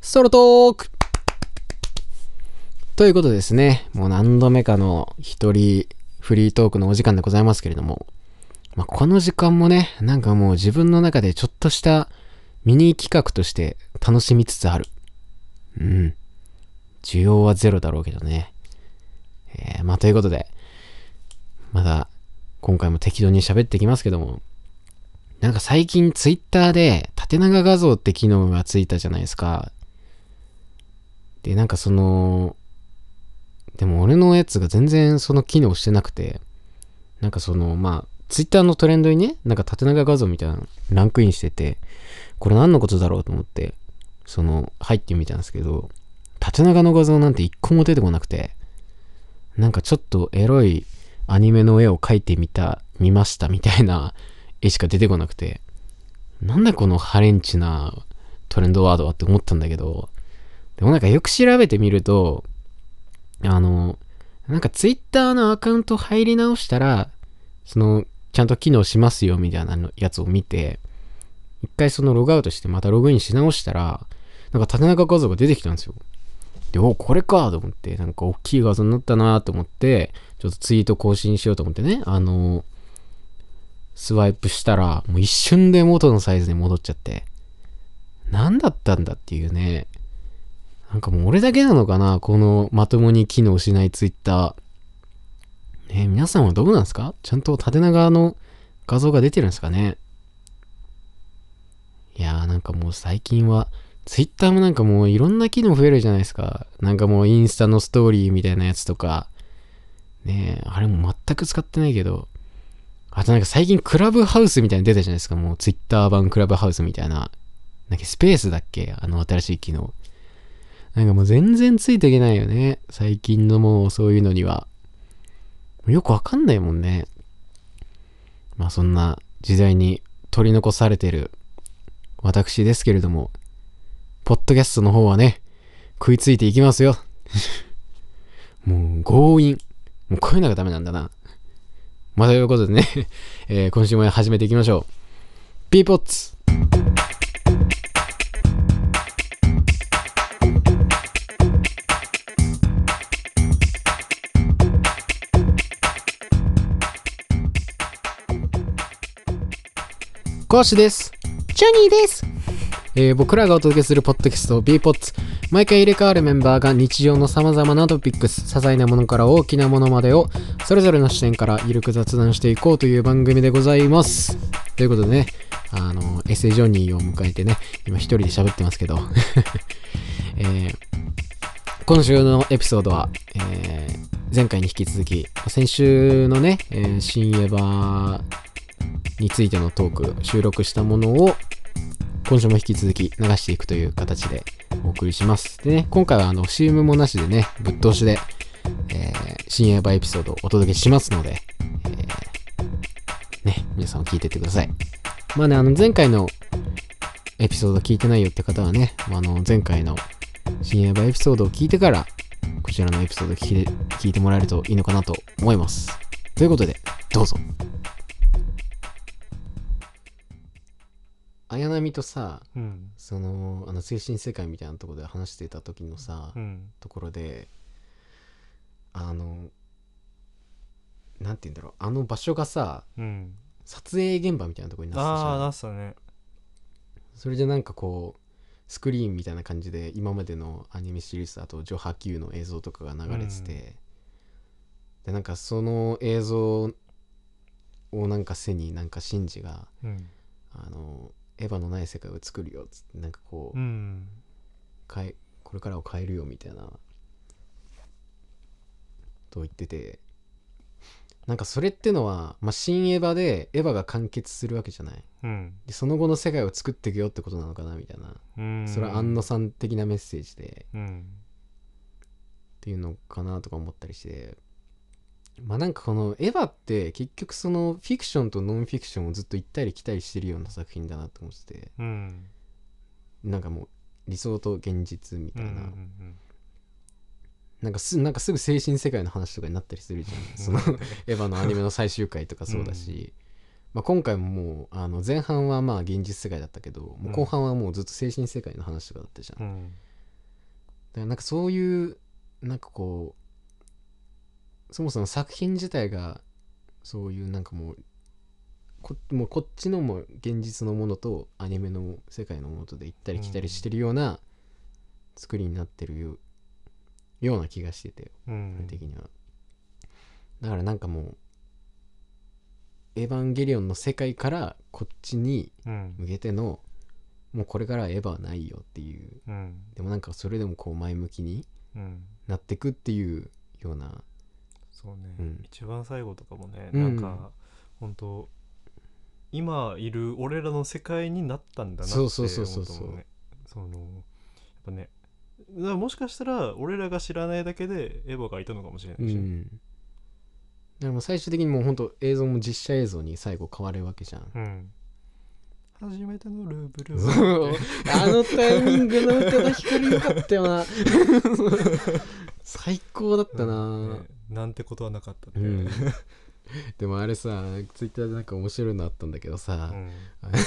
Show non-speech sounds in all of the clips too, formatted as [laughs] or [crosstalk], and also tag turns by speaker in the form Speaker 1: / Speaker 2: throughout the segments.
Speaker 1: ソロトークということでですね、もう何度目かの一人フリートークのお時間でございますけれども、まあ、この時間もね、なんかもう自分の中でちょっとしたミニ企画として楽しみつつある。うん。需要はゼロだろうけどね。えー、まあということで、まだ今回も適当に喋ってきますけども、なんか最近ツイッターで縦長画像って機能がついたじゃないですか。で、なんかその、でも俺のやつが全然その機能してなくて、なんかその、まあ、ツイッターのトレンドにね、なんか縦長画像みたいなのランクインしてて、これ何のことだろうと思って、その、入ってみたんですけど、縦長の画像なんて一個も出てこなくて、なんかちょっとエロいアニメの絵を描いてみた、見ましたみたいな絵しか出てこなくて、なんだこのハレンチなトレンドワードはって思ったんだけど、でもなんかよく調べてみると、あの、なんかツイッターのアカウント入り直したら、その、ちゃんと機能しますよみたいなのやつを見て、一回そのログアウトしてまたログインし直したら、なんか縦長画像が出てきたんですよ。で、おこれかと思って、なんか大きい画像になったなと思って、ちょっとツイート更新しようと思ってね、あの、スワイプしたら、もう一瞬で元のサイズに戻っちゃって、何だったんだっていうね。なんかもう俺だけなのかなこのまともに機能しないツイッター。ねえ皆さんはどうなんですかちゃんと縦長の画像が出てるんですかねいやーなんかもう最近は、ツイッターもなんかもういろんな機能増えるじゃないですか。なんかもうインスタのストーリーみたいなやつとか。ねえ、あれも全く使ってないけど。あとなんか最近クラブハウスみたいなの出たじゃないですか。もうツイッター版クラブハウスみたいな。なんかスペースだっけあの新しい機能。なんかもう全然ついていけないよね。最近のもうそういうのには。よくわかんないもんね。まあそんな時代に取り残されてる私ですけれども、ポッドキャストの方はね、食いついていきますよ。 [laughs] もう強引。もうこういうのがダメなんだな。まあということでね、 [laughs] えー今週も始めていきましょう。ピーポッツコーシュです。ジョニーです、えー僕らがお届けするポッドキャスト b p o t s 毎回入れ替わるメンバーが日常のさまざまなトピックス些細なものから大きなものまでをそれぞれの視点からゆるく雑談していこうという番組でございますということでねあのエセジョニーを迎えてね今一人で喋ってますけど、 [laughs] えー今週のエピソードは、えー前回に引き続き先週のね、えー新エヴァについてのトーク収録したものを今週も引き続き流していくという形でお送りします。でね、今回はあの CM もなしでね、ぶっ通しで、えー、新エヴァエピソードをお届けしますので、えーね、皆さんも聞いてってください。まあね、あの前回のエピソード聞いてないよって方はね、あの前回の新エヴァエピソードを聞いてから、こちらのエピソードを聞いて聞いてもらえるといいのかなと思います。ということで、どうぞ。綾波とさ、
Speaker 2: うん
Speaker 1: そのあの精神世界みたいなところで話してた時のさ、
Speaker 2: うん
Speaker 1: ところであのなんて言うんだろうあの場所がさ
Speaker 2: うん
Speaker 1: 撮影現場みたいなところになってた
Speaker 2: ああ
Speaker 1: じゃん
Speaker 2: 出したね
Speaker 1: それでなんかこうスクリーンみたいな感じで今までのアニメシリーズあと「ジョハ Q」の映像とかが流れてて、でなんかその映像をなんか背になんかシンジが
Speaker 2: うん
Speaker 1: あのエヴァのない世界を作るよっつってなんかこう、
Speaker 2: うん
Speaker 1: 変えこれからを変えるよみたいなと言っててなんかそれってのは、まあ、新エヴァでエヴァが完結するわけじゃない
Speaker 2: うん
Speaker 1: でその後の世界を作っていくよってことなのかなみたいな、
Speaker 2: うん
Speaker 1: それは安野さん的なメッセージで
Speaker 2: うん
Speaker 1: っていうのかなとか思ったりしてまあなんかこのエヴァって結局そのフィクションとノンフィクションをずっと行ったり来たりしてるような作品だなと思ってて
Speaker 2: うん
Speaker 1: なんかもう理想と現実みたい
Speaker 2: う
Speaker 1: な、
Speaker 2: ん
Speaker 1: なんかすなんかすぐ精神世界の話とかになったりするじ [laughs] ゃん。そのエヴァのアニメの最終回とかそうだし、まあ、今回ももうあの前半はまあ現実世界だったけどもう後半はもうずっと精神世界の話とかだったじゃん。
Speaker 2: うん
Speaker 1: からなんかそういう、なんかこう、そもそも作品自体が、そういうなんかもう、こもうこっちのも現実のものとアニメの世界のものとで行ったり来たりしてるような作りになってるよような気がしてて、
Speaker 2: うん
Speaker 1: 的には。だからなんかもう、エヴァンゲリオンの世界からこっちに
Speaker 2: うん
Speaker 1: 向けての、もうこれからはエヴァはないよっていう、
Speaker 2: うん
Speaker 1: でもなんかそれでもこう前向きに
Speaker 2: うん
Speaker 1: なってくっていうような、
Speaker 2: そうね、
Speaker 1: うん
Speaker 2: 一番最後とかもね、
Speaker 1: うん
Speaker 2: なんか本当今いる俺らの世界になったんだなって
Speaker 1: そ
Speaker 2: 思
Speaker 1: う
Speaker 2: うと
Speaker 1: そうそうそうそう
Speaker 2: 思うねそのやっぱねだからもしかしたら俺らが知らないだけでエヴァがいたのかもしれな
Speaker 1: う
Speaker 2: いし、
Speaker 1: ん。だからもう最終的にもう本当映像も実写映像に最後変わるわけじゃん。
Speaker 2: うん初めてのルーブル
Speaker 1: そ
Speaker 2: は
Speaker 1: うあのタイミングの宇多田ヒカルよかったよ [laughs] な。最高だったな、
Speaker 2: ねなんてことはなかったって、
Speaker 1: うん、 [laughs] でもあれさツイッターでなんか面白いのあったんだけど
Speaker 2: う
Speaker 1: さ、
Speaker 2: ん
Speaker 1: あの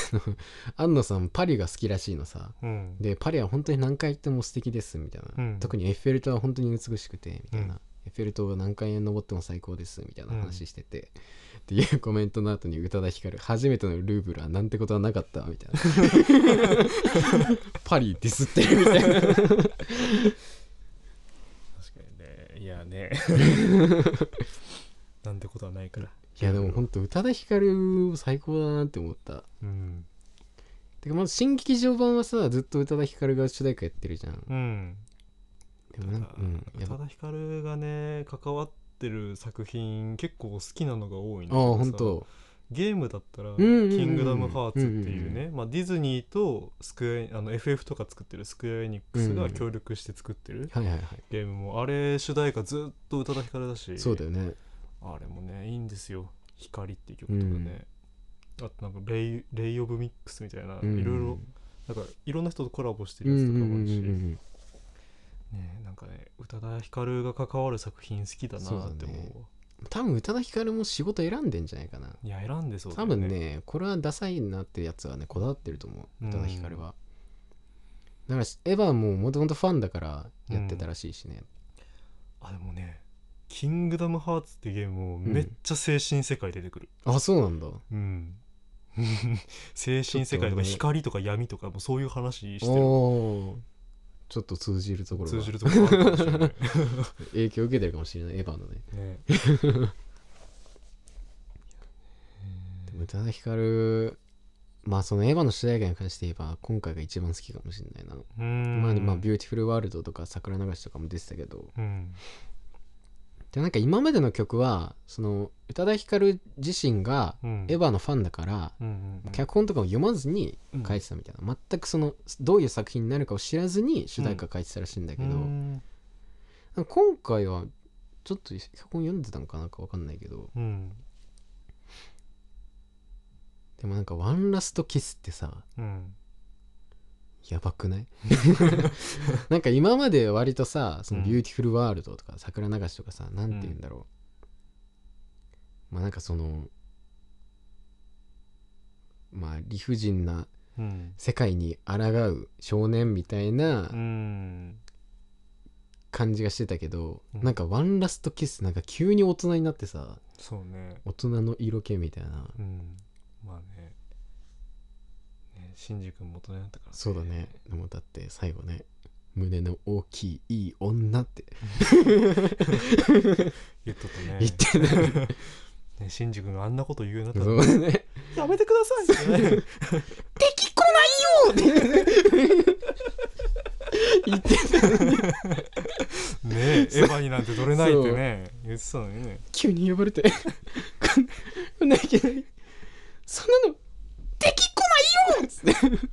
Speaker 1: 安野さんパリが好きらしいのさ
Speaker 2: うん
Speaker 1: でパリは本当に何回行っても素敵ですみたいな、
Speaker 2: うん
Speaker 1: 特にエッフェル塔は本当に美しくてみたいな、
Speaker 2: うん
Speaker 1: エッフェル塔は何回登っても最高ですみたいな話してて、っていうコメントの後に宇多田ヒカル初めてのルーブルはなんてことはなかったみたいな
Speaker 2: [laughs]
Speaker 1: パリディスってるみたいな
Speaker 2: 確かにねい
Speaker 1: [laughs]
Speaker 2: やねなんてことはないから
Speaker 1: いやでも本当宇多田ヒカル最高だなって思った
Speaker 2: うん
Speaker 1: てかまず新劇場版はさずっと宇多田ヒカルが主題歌やってるじゃん
Speaker 2: うん
Speaker 1: でもなんかうん
Speaker 2: 宇
Speaker 1: やば
Speaker 2: 多
Speaker 1: あ
Speaker 2: 田ヒカルがね関わってる作品結構好きなのが多いん
Speaker 1: あ
Speaker 2: だけどさ
Speaker 1: 本当
Speaker 2: ゲームだったら
Speaker 1: ん
Speaker 2: 「
Speaker 1: うんうん
Speaker 2: キングダムハーツ」ってい
Speaker 1: うん
Speaker 2: う
Speaker 1: う
Speaker 2: ね、まあ、ディズニーとスクエアあの FF とか作ってるスクエアエニックスが協力して作ってる
Speaker 1: はいはいはい
Speaker 2: ゲームもあれ主題歌ずっと宇多田ヒカルだし
Speaker 1: そうだよね
Speaker 2: あれもねいいんですよ「光」っていう曲とかね、あとなんかレイ「レイ・オブ・ミックス」みたいな、
Speaker 1: うん
Speaker 2: いろいろなんかいろんな人とコラボして
Speaker 1: う
Speaker 2: る
Speaker 1: ん
Speaker 2: や
Speaker 1: う
Speaker 2: つ
Speaker 1: ん
Speaker 2: と
Speaker 1: う
Speaker 2: か
Speaker 1: ん
Speaker 2: もあるし、
Speaker 1: うん
Speaker 2: ねなんかね宇多田ヒカルが関わる作品好きだな
Speaker 1: そうだ
Speaker 2: って思う
Speaker 1: ね多分宇多田ヒカルも仕事選んでんじゃないかな
Speaker 2: わいや選んでそうだ
Speaker 1: 多
Speaker 2: よね
Speaker 1: 分ねこれはダサいなってやつはねこだわってると思う
Speaker 2: うん
Speaker 1: 宇多田ヒカルはだからエヴァももともとファンだからやってたらしいしね
Speaker 2: あでもね「キングダムハーツ」ってゲームもめっちゃ精神世界出てくる
Speaker 1: あそうなんだ
Speaker 2: うん、 [laughs] 精神
Speaker 1: ちょ
Speaker 2: 世界
Speaker 1: っと
Speaker 2: とか
Speaker 1: 俺
Speaker 2: 光とか闇とかもうそういう話してる
Speaker 1: おーちょっと通じるところ
Speaker 2: 通
Speaker 1: が
Speaker 2: じるところあるか
Speaker 1: [laughs]
Speaker 2: もしれない
Speaker 1: 影響受けてるかもしれないエヴァのね
Speaker 2: ね
Speaker 1: でも宇多田ヒカルまあそのエヴァの主題歌に関して言えば今回が一番好きかもしれないな、
Speaker 2: うーん
Speaker 1: まあまあビューティフルワールドとか桜流しとかも出てたけど
Speaker 2: うん
Speaker 1: でなんか今までの曲はその宇多田ヒカル自身が
Speaker 2: うん
Speaker 1: エヴァのファンだから、
Speaker 2: うんうんうん
Speaker 1: 脚本とかも読まずに書いてたみたいな、全くそのどういう作品になるかを知らずに主題歌書いてたらしいんだけど、
Speaker 2: うーん
Speaker 1: なんか今回はちょっと脚本読んでたのかなんかわかんないけど
Speaker 2: うん
Speaker 1: でもなんか「ワンラストキスってさ
Speaker 2: うん
Speaker 1: やばくない
Speaker 2: [laughs]
Speaker 1: [laughs] なんか今まで割とさ「その
Speaker 2: うん
Speaker 1: ビューティフルワールド」とか「桜流し」とかさなんて言うんだろう、まあなんかそのまあ理不尽な
Speaker 2: うん
Speaker 1: 世界に抗う少年みたいな
Speaker 2: うん
Speaker 1: 感じがしてたけど、
Speaker 2: うん
Speaker 1: なんか「ワンラストキス」なんか急に大人になってさ
Speaker 2: そうね
Speaker 1: 大人の色気みたいな
Speaker 2: うんまあねねシンジ君も大人になったから、
Speaker 1: そうだねでもだって最後ね胸の大きいいい女って
Speaker 2: [laughs]
Speaker 1: [laughs]
Speaker 2: 言っとったね
Speaker 1: 言ってた、
Speaker 2: ねシンジ君があんなこと言うようになったら
Speaker 1: そうだね
Speaker 2: やめてくださいね
Speaker 1: 敵来ないよって言って
Speaker 2: ねえエヴァになんて取れないってね言ってたのにね
Speaker 1: 急に呼ばれてこんこんないけないそんなの敵来ないよっつって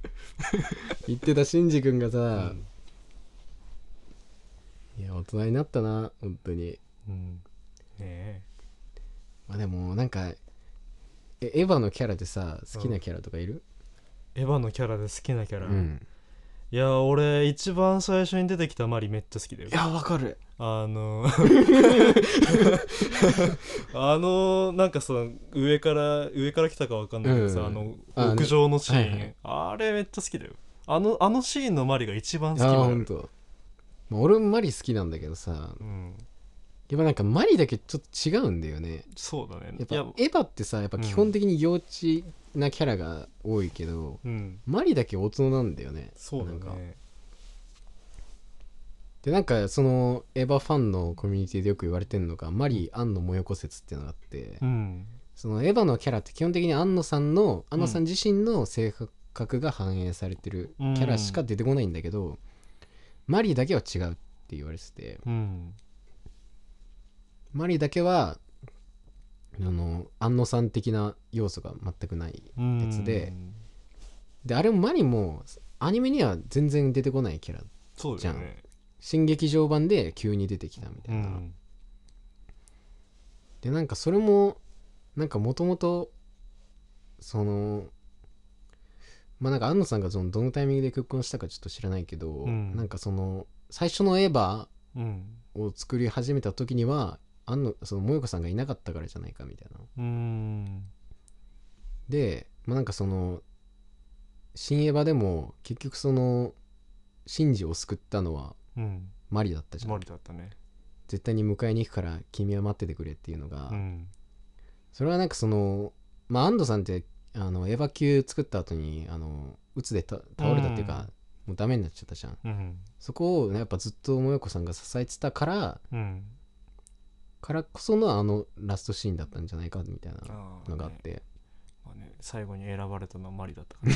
Speaker 1: 言ってたシンジ君がさ、いや大人になったな本当に
Speaker 2: うんね
Speaker 1: まあでもなんかえエヴァのキャラでさ好きなキャラとかいる、
Speaker 2: えエヴァのキャラで好きなキャ
Speaker 1: う
Speaker 2: ラ、
Speaker 1: ん、
Speaker 2: いや俺一番最初に出てきたマリめっちゃ好きだよ
Speaker 1: いやわかる
Speaker 2: あの [laughs] あのなんかさ上から上から来たかわかんないけどさ、
Speaker 1: うん
Speaker 2: あの
Speaker 1: あの
Speaker 2: 屋上のシーンあ,、
Speaker 1: はいはい
Speaker 2: れめっちゃ好きだよあのあのシーンのマリが一番好き
Speaker 1: あ
Speaker 2: な
Speaker 1: あ
Speaker 2: の
Speaker 1: ほんとまあ俺もマリ好きなんだけどさ
Speaker 2: うん
Speaker 1: やっぱなんかマリだけちょっと違うんだよね
Speaker 2: そうだね
Speaker 1: やっ
Speaker 2: い
Speaker 1: ぱエヴァってさやっぱ基本的に幼稚なキャラが多いけど、
Speaker 2: うん
Speaker 1: マリだけ大人なんだよね
Speaker 2: そうだ
Speaker 1: なんか
Speaker 2: ね
Speaker 1: でなんかそのエヴァファンのコミュニティでよく言われてんのがマリー・アンのもよこ説っていうのがあって、
Speaker 2: うん
Speaker 1: そのエヴァのキャラって基本的に安野さんの安野さん自身の性格が反映されてるキャラしか出てこないんだけど、マリーだけは違うって言われてて
Speaker 2: うん
Speaker 1: マリーだけはあの安野さん的な要素が全くない
Speaker 2: うん
Speaker 1: 別でであれもマリーもアニメには全然出てこないキャラ
Speaker 2: そうだよね
Speaker 1: 新劇場版で急に出てきたみた
Speaker 2: う
Speaker 1: いな、
Speaker 2: ん
Speaker 1: でなんかそれもなんかもともとそのまあなんか安野さんがそのどのタイミングで結婚したかちょっと知らないけど、
Speaker 2: ん
Speaker 1: なんかその最初のエヴァ
Speaker 2: うん
Speaker 1: を作り始めた時には安野その萌子さんがいなかったからじゃないかみたいな
Speaker 2: うん
Speaker 1: で、まあ、なんかその新エヴァでも結局そのシンジを救ったのは
Speaker 2: うん
Speaker 1: マリだったじゃん
Speaker 2: マリだったね
Speaker 1: 絶対に迎えに行くから君は待っててくれっていうのが、
Speaker 2: うん
Speaker 1: それはなんかそのまあ安藤さんってあのエヴァ級作った後にあの鬱でた倒れたっていうか、もうダメになっちゃったじゃん
Speaker 2: うん
Speaker 1: そこをやっぱずっと萌子さんが支えてたから
Speaker 2: うん
Speaker 1: からこそのあのラストシーンだったんじゃないかみたいな
Speaker 2: あー
Speaker 1: のがあっ
Speaker 2: ね
Speaker 1: て、
Speaker 2: まあね最後に選ばれたのはマリだったから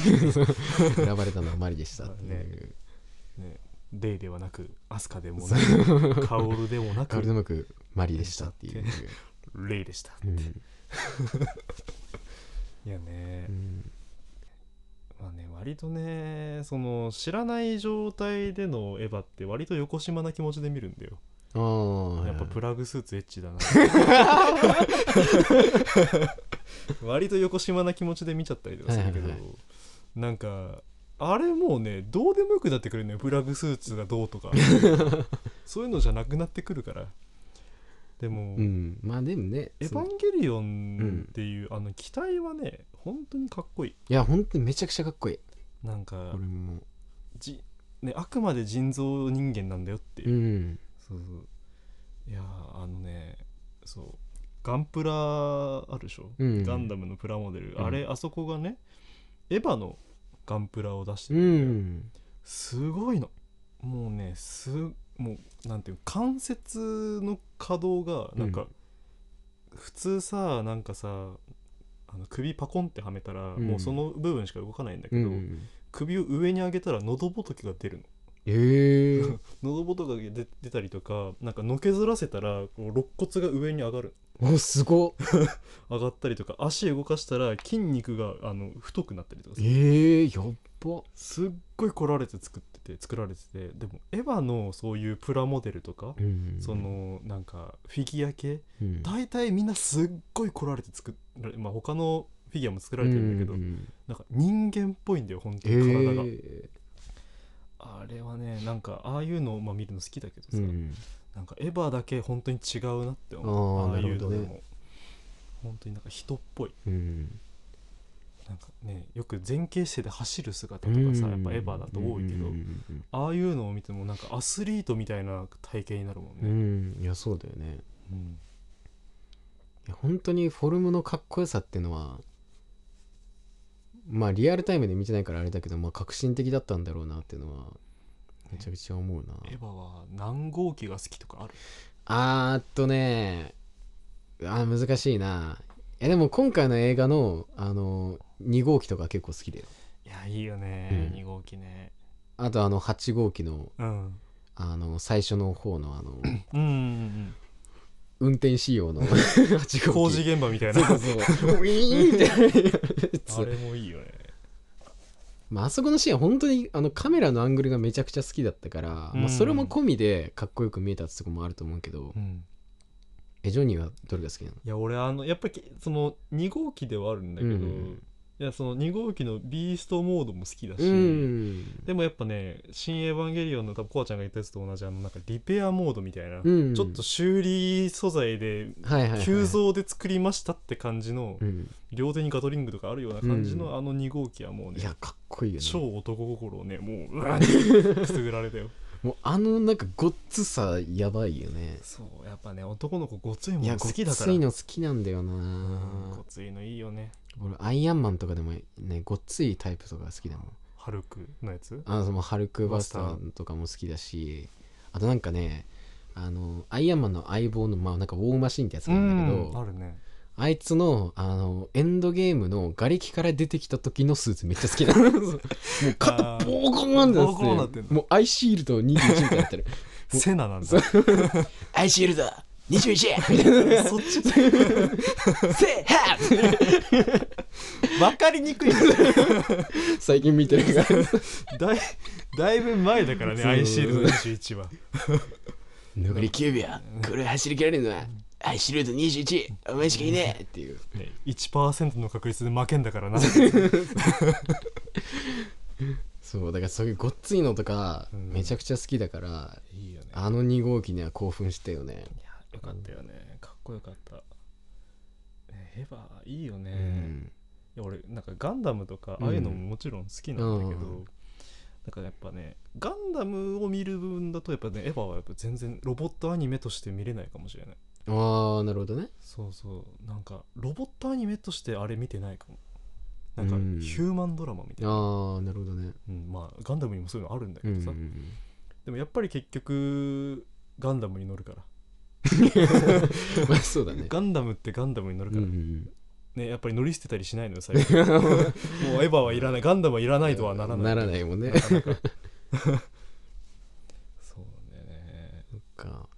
Speaker 1: [laughs] 選ばれたのはマリでしたっていう、
Speaker 2: [laughs] まあねデイではなくアスカでもなく [laughs] カオルでもな
Speaker 1: カール
Speaker 2: く
Speaker 1: ドマクマリでしたっていう、
Speaker 2: レイでした
Speaker 1: うん
Speaker 2: いやね
Speaker 1: うん
Speaker 2: まあね割とねその知らない状態でのエヴァって割と横島な気持ちで見るんだよ
Speaker 1: あー
Speaker 2: やっぱプラグスーツエッチ
Speaker 1: [laughs]
Speaker 2: だな割と横島な気持ちで見ちゃったりとかするけど、
Speaker 1: はいはいは
Speaker 2: なんかあれもうねどうでもよくなってくるのよプラグスーツがど
Speaker 1: [laughs]
Speaker 2: うとかそういうのじゃなくなってくるからでも、
Speaker 1: うんまあでもね
Speaker 2: エヴ
Speaker 1: そ
Speaker 2: ァ
Speaker 1: の
Speaker 2: ンゲリオン」っていう、あの機体はね本当にかっこいい
Speaker 1: いや本当にめちゃくちゃかっこいい
Speaker 2: なんか
Speaker 1: 俺も
Speaker 2: じ、ね、あくまで人造人間なんだよっていう
Speaker 1: うん
Speaker 2: そうそういやーあのねそうガンプラあるでしょ、
Speaker 1: うん
Speaker 2: ガンダムのプラモデル、
Speaker 1: うん
Speaker 2: あれあそこがねエヴァのガンプラを出して
Speaker 1: う
Speaker 2: るんだよ
Speaker 1: ん
Speaker 2: すごいのもうねすもうなんていう関節の可動がなんか、
Speaker 1: うん
Speaker 2: 普通さなんかさあの首パコンってはめたら、
Speaker 1: うん
Speaker 2: もうその部分しか動かないんだけ
Speaker 1: う
Speaker 2: ど、
Speaker 1: ん
Speaker 2: 首を上に上げたら喉仏が出るの
Speaker 1: ええー、
Speaker 2: 喉仏が出出たりとかなんかのけずらせたらこう肋骨が上に上がる
Speaker 1: おすごっ
Speaker 2: 上がったりとか足動かしたら筋肉があの太くなったりとかする
Speaker 1: ええー、やっば
Speaker 2: すっごい凝られて作ってて作られててでもエヴァのそういうプラモデルとか、
Speaker 1: うん
Speaker 2: そ、のなんかフィギュア系
Speaker 1: うん、
Speaker 2: 大体みんなすっごい凝られて作られまあ他のフィギュアも作られてるんだけど、
Speaker 1: うんうん
Speaker 2: なんか人間っぽいんだよ本当
Speaker 1: え
Speaker 2: に体が、
Speaker 1: ー
Speaker 2: あれはねなんかああいうのをまあ見るの好きだけどさ、
Speaker 1: うん、
Speaker 2: なんかエヴァだけ本当に違うなって
Speaker 1: あー
Speaker 2: 思うああいう
Speaker 1: なるほど
Speaker 2: の
Speaker 1: ね
Speaker 2: でも本当になんか人っぽい
Speaker 1: うん、
Speaker 2: なんかねよく前傾姿勢で走る姿とかさ、やっぱエヴァだと多いけど、
Speaker 1: うんうん
Speaker 2: ああいうのを見てもなんかアスリートみたいな体型になるもん
Speaker 1: うんう
Speaker 2: ね、
Speaker 1: ん、うんいやそうだよね
Speaker 2: うん
Speaker 1: いや本当にフォルムのかっこよさっていうのはまあリアルタイムで見てないからあれだけど、まあ、革新的だったんだろうなっていうのはめちゃくちゃ思うな、
Speaker 2: エヴァは何号機が好きとかある
Speaker 1: あーっとねあー難しいないやでも今回の映画のあの2号機とか結構好きだよ
Speaker 2: いやいいよ
Speaker 1: う
Speaker 2: ね
Speaker 1: ん、
Speaker 2: 二2号機ね
Speaker 1: あとあの8号機の
Speaker 2: うん
Speaker 1: あの最初の方のあ
Speaker 2: [clears throat]
Speaker 1: の
Speaker 2: うんうん
Speaker 1: 運転仕
Speaker 2: [laughs]
Speaker 1: 様の
Speaker 2: う
Speaker 1: 8
Speaker 2: ん
Speaker 1: 号
Speaker 2: 工
Speaker 1: 機
Speaker 2: 事現場みたい
Speaker 1: そ
Speaker 2: な
Speaker 1: うそうそうウィーンってや
Speaker 2: あ
Speaker 1: つ
Speaker 2: れもいいよね
Speaker 1: まああそこのシーンは本当にあのカメラのアングルがめちゃくちゃ好きだったから、
Speaker 2: うん
Speaker 1: まあ、それも込みでかっこよく見えたってとこもあると思うけど、
Speaker 2: うん
Speaker 1: えジョニーはどれが好きなの
Speaker 2: いや俺あのやっぱりその2号機ではあるんだけど、
Speaker 1: うんうん
Speaker 2: いやその2号機のビーストモードも好きだし、
Speaker 1: うん
Speaker 2: でもやっぱね「新エヴァンゲリオン」の多分コアちゃんが言ったやつと同じあのなんかリペアモードみたいな、
Speaker 1: うん
Speaker 2: ちょっと修理素材で
Speaker 1: はいはい、はい、
Speaker 2: 急増で作りましたって感じの、
Speaker 1: うん、
Speaker 2: 両手にガトリングとかあるような感じ
Speaker 1: う
Speaker 2: のあの2号機はもうね
Speaker 1: い、やかっこいいよね [laughs]
Speaker 2: 超男心をねもううわーってくすぐられたよ
Speaker 1: もうあのなんかごっつさやばいよね
Speaker 2: そうやっぱね男の子ごついも
Speaker 1: いや
Speaker 2: の
Speaker 1: ご
Speaker 2: 好
Speaker 1: っ
Speaker 2: きだか
Speaker 1: つ
Speaker 2: ら
Speaker 1: いの好きなんだよ
Speaker 2: うん
Speaker 1: な
Speaker 2: ごついのいいよね
Speaker 1: 俺アイアンマンとかでもねごっついタイプとか好きだもん
Speaker 2: ハルクのやつ
Speaker 1: あのそのハルクバスターとかも好きだしあとなんかねあのアイアンマンの相棒の、まあ、なんかウォーマシンってやつなんだけ
Speaker 2: うんあ
Speaker 1: ど
Speaker 2: るね
Speaker 1: あいつのあのエンドゲームの瓦礫から出てきた時のスーツめっちゃ好きな
Speaker 2: [laughs]
Speaker 1: のもう肩
Speaker 2: あー
Speaker 1: ボーコーンなんだ
Speaker 2: ボーコーンなってんの
Speaker 1: もうアイシールド21みたいにな
Speaker 2: [laughs]
Speaker 1: ってるお
Speaker 2: セナなんだ
Speaker 1: そうアイシールド21みたい [laughs] な
Speaker 2: そっち
Speaker 1: せーは
Speaker 2: 分かりにくい
Speaker 1: 最近見てるから
Speaker 2: だいだいぶ前だからね
Speaker 1: そう
Speaker 2: アイシールド21は
Speaker 1: 残り9秒これ走り切られるのはアイシールド21お前しかいねえっていう
Speaker 2: ね1%の確率で負けん
Speaker 1: [laughs]
Speaker 2: だからな
Speaker 1: そうだからそういうごっついのとか
Speaker 2: うん
Speaker 1: めちゃくちゃ好きだから、
Speaker 2: いいよね
Speaker 1: あの2号機には興奮したよね、
Speaker 2: いやよかったよねかっこよかったねヘバーいいよね、いや俺なんかガンダムとか
Speaker 1: うん
Speaker 2: ああいうのももちろん好きなんだけど、
Speaker 1: うん
Speaker 2: なんかやっぱねガンダムを見る分だとやっぱねエヴァはやっぱ全然ロボットアニメとして見れないかもしれない
Speaker 1: うんああなるほどね
Speaker 2: そうそうなんかロボットアニメとしてあれ見てないかもなん
Speaker 1: う
Speaker 2: か
Speaker 1: ん
Speaker 2: ヒューマンドラマみたいな、
Speaker 1: ああなるほどね
Speaker 2: うんまあガンダムにもそういうのあるんだけ
Speaker 1: う
Speaker 2: ど
Speaker 1: ん
Speaker 2: さ、でもやっぱり結局ガンダムに乗るから
Speaker 1: まあ [laughs] そうだね
Speaker 2: ガンダムってガンダムに乗る
Speaker 1: う
Speaker 2: から、
Speaker 1: ん
Speaker 2: ねやっぱり乗り捨てたりしないのよ最
Speaker 1: [laughs]
Speaker 2: 近もうエヴァはいらないガンダムはいらないとはならな
Speaker 1: な
Speaker 2: い
Speaker 1: らないもんね
Speaker 2: なかなかそうだよね
Speaker 1: か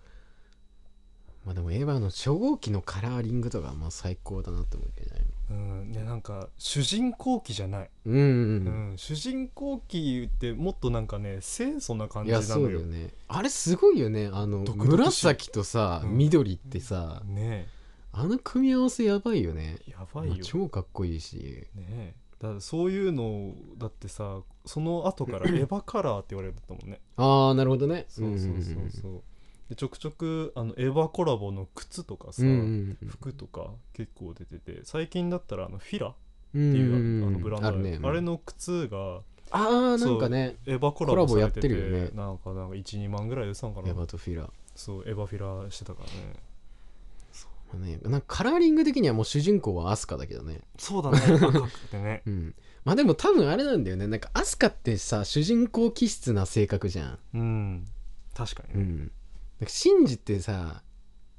Speaker 1: まあでもエヴァの初号機のカラーリングとかまあ最高だなって思うけどね
Speaker 2: うんねなんか主人公機じゃない、
Speaker 1: うんうん
Speaker 2: う
Speaker 1: うん
Speaker 2: ん主人公機ってもっとなんかね清楚な感
Speaker 1: い
Speaker 2: じな
Speaker 1: や
Speaker 2: の
Speaker 1: そうだ
Speaker 2: よ
Speaker 1: よねあれすごいよねあの
Speaker 2: 独特しい
Speaker 1: 紫とさ
Speaker 2: うん
Speaker 1: 緑ってさ、
Speaker 2: ね
Speaker 1: あの組み合わせやばいよね
Speaker 2: やばいよ
Speaker 1: もう超かっこいいし
Speaker 2: ねだからそういうのだってさその後か
Speaker 1: [laughs]
Speaker 2: らエヴァカラーって言われたもんね
Speaker 1: ああなるほどね
Speaker 2: そうそうそうそうでちょくちょくあのエヴァコラボの靴とかさ、
Speaker 1: うんうんうん
Speaker 2: 服とか結構出てて最近だったらあのフィラっ
Speaker 1: うん
Speaker 2: て
Speaker 1: うん
Speaker 2: いうあ
Speaker 1: うん
Speaker 2: のあのブランドあ,、
Speaker 1: るね
Speaker 2: あれの靴が
Speaker 1: ああなんかね
Speaker 2: エヴァコラボ
Speaker 1: コラボ
Speaker 2: さ
Speaker 1: やっ
Speaker 2: れて
Speaker 1: て
Speaker 2: て
Speaker 1: るよね
Speaker 2: なんかなんか12万ぐらいでしたんかな
Speaker 1: エヴァとフィラ、ま
Speaker 2: そうエヴァフィラしてたからね
Speaker 1: あね、なんかカラーリング的にはもう主人公はアスカだけどね
Speaker 2: そうだね赤くてね
Speaker 1: うんまあでも多分あれなんだよねなんかアスカってさ主人公気質な性格じゃん
Speaker 2: [laughs] うん確か
Speaker 1: う
Speaker 2: にね、
Speaker 1: んなんかシンジってさ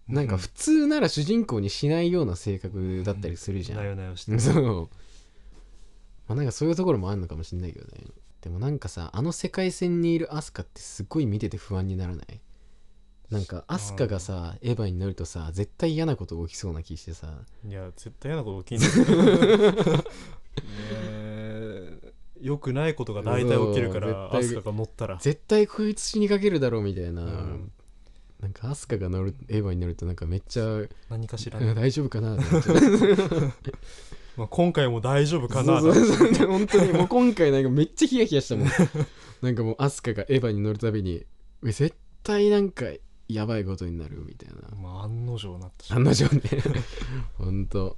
Speaker 1: なんか
Speaker 2: う
Speaker 1: 普通なら主人公にしないような性格だったりするじゃん
Speaker 2: なよなよし
Speaker 1: [laughs]
Speaker 2: て
Speaker 1: そうまあなんかそういうところもあるのかもしれないけどねでもなんかさあの世界線にいるアスカってすごい見てて不安にならないなんかアスカがさエヴァに乗るとさ絶対嫌なこと起きそうな気してさ
Speaker 2: いや絶対嫌なこと起きん [laughs] だよくないことが大体起きる
Speaker 1: そ
Speaker 2: か
Speaker 1: う
Speaker 2: らア
Speaker 1: 絶
Speaker 2: ス
Speaker 1: 対
Speaker 2: カが乗ったら
Speaker 1: 絶対こいつ死にかけるだろうみたいな、
Speaker 2: うん
Speaker 1: なんかアスカが乗るエヴァに乗るとなんかめっちゃ
Speaker 2: 何かしら、
Speaker 1: あ
Speaker 2: ね
Speaker 1: 大丈夫かなってなっちゃう
Speaker 2: まあ、今回も大丈夫かな
Speaker 1: そうそうそう本当にもう今回なんかめっちゃヒヤヒヤした [laughs] もんなんかもうアスカがエヴァに乗るたびにえ絶対なんかやばいことになるみたいな
Speaker 2: まあ、案の定なってしま
Speaker 1: 案の定ねほんと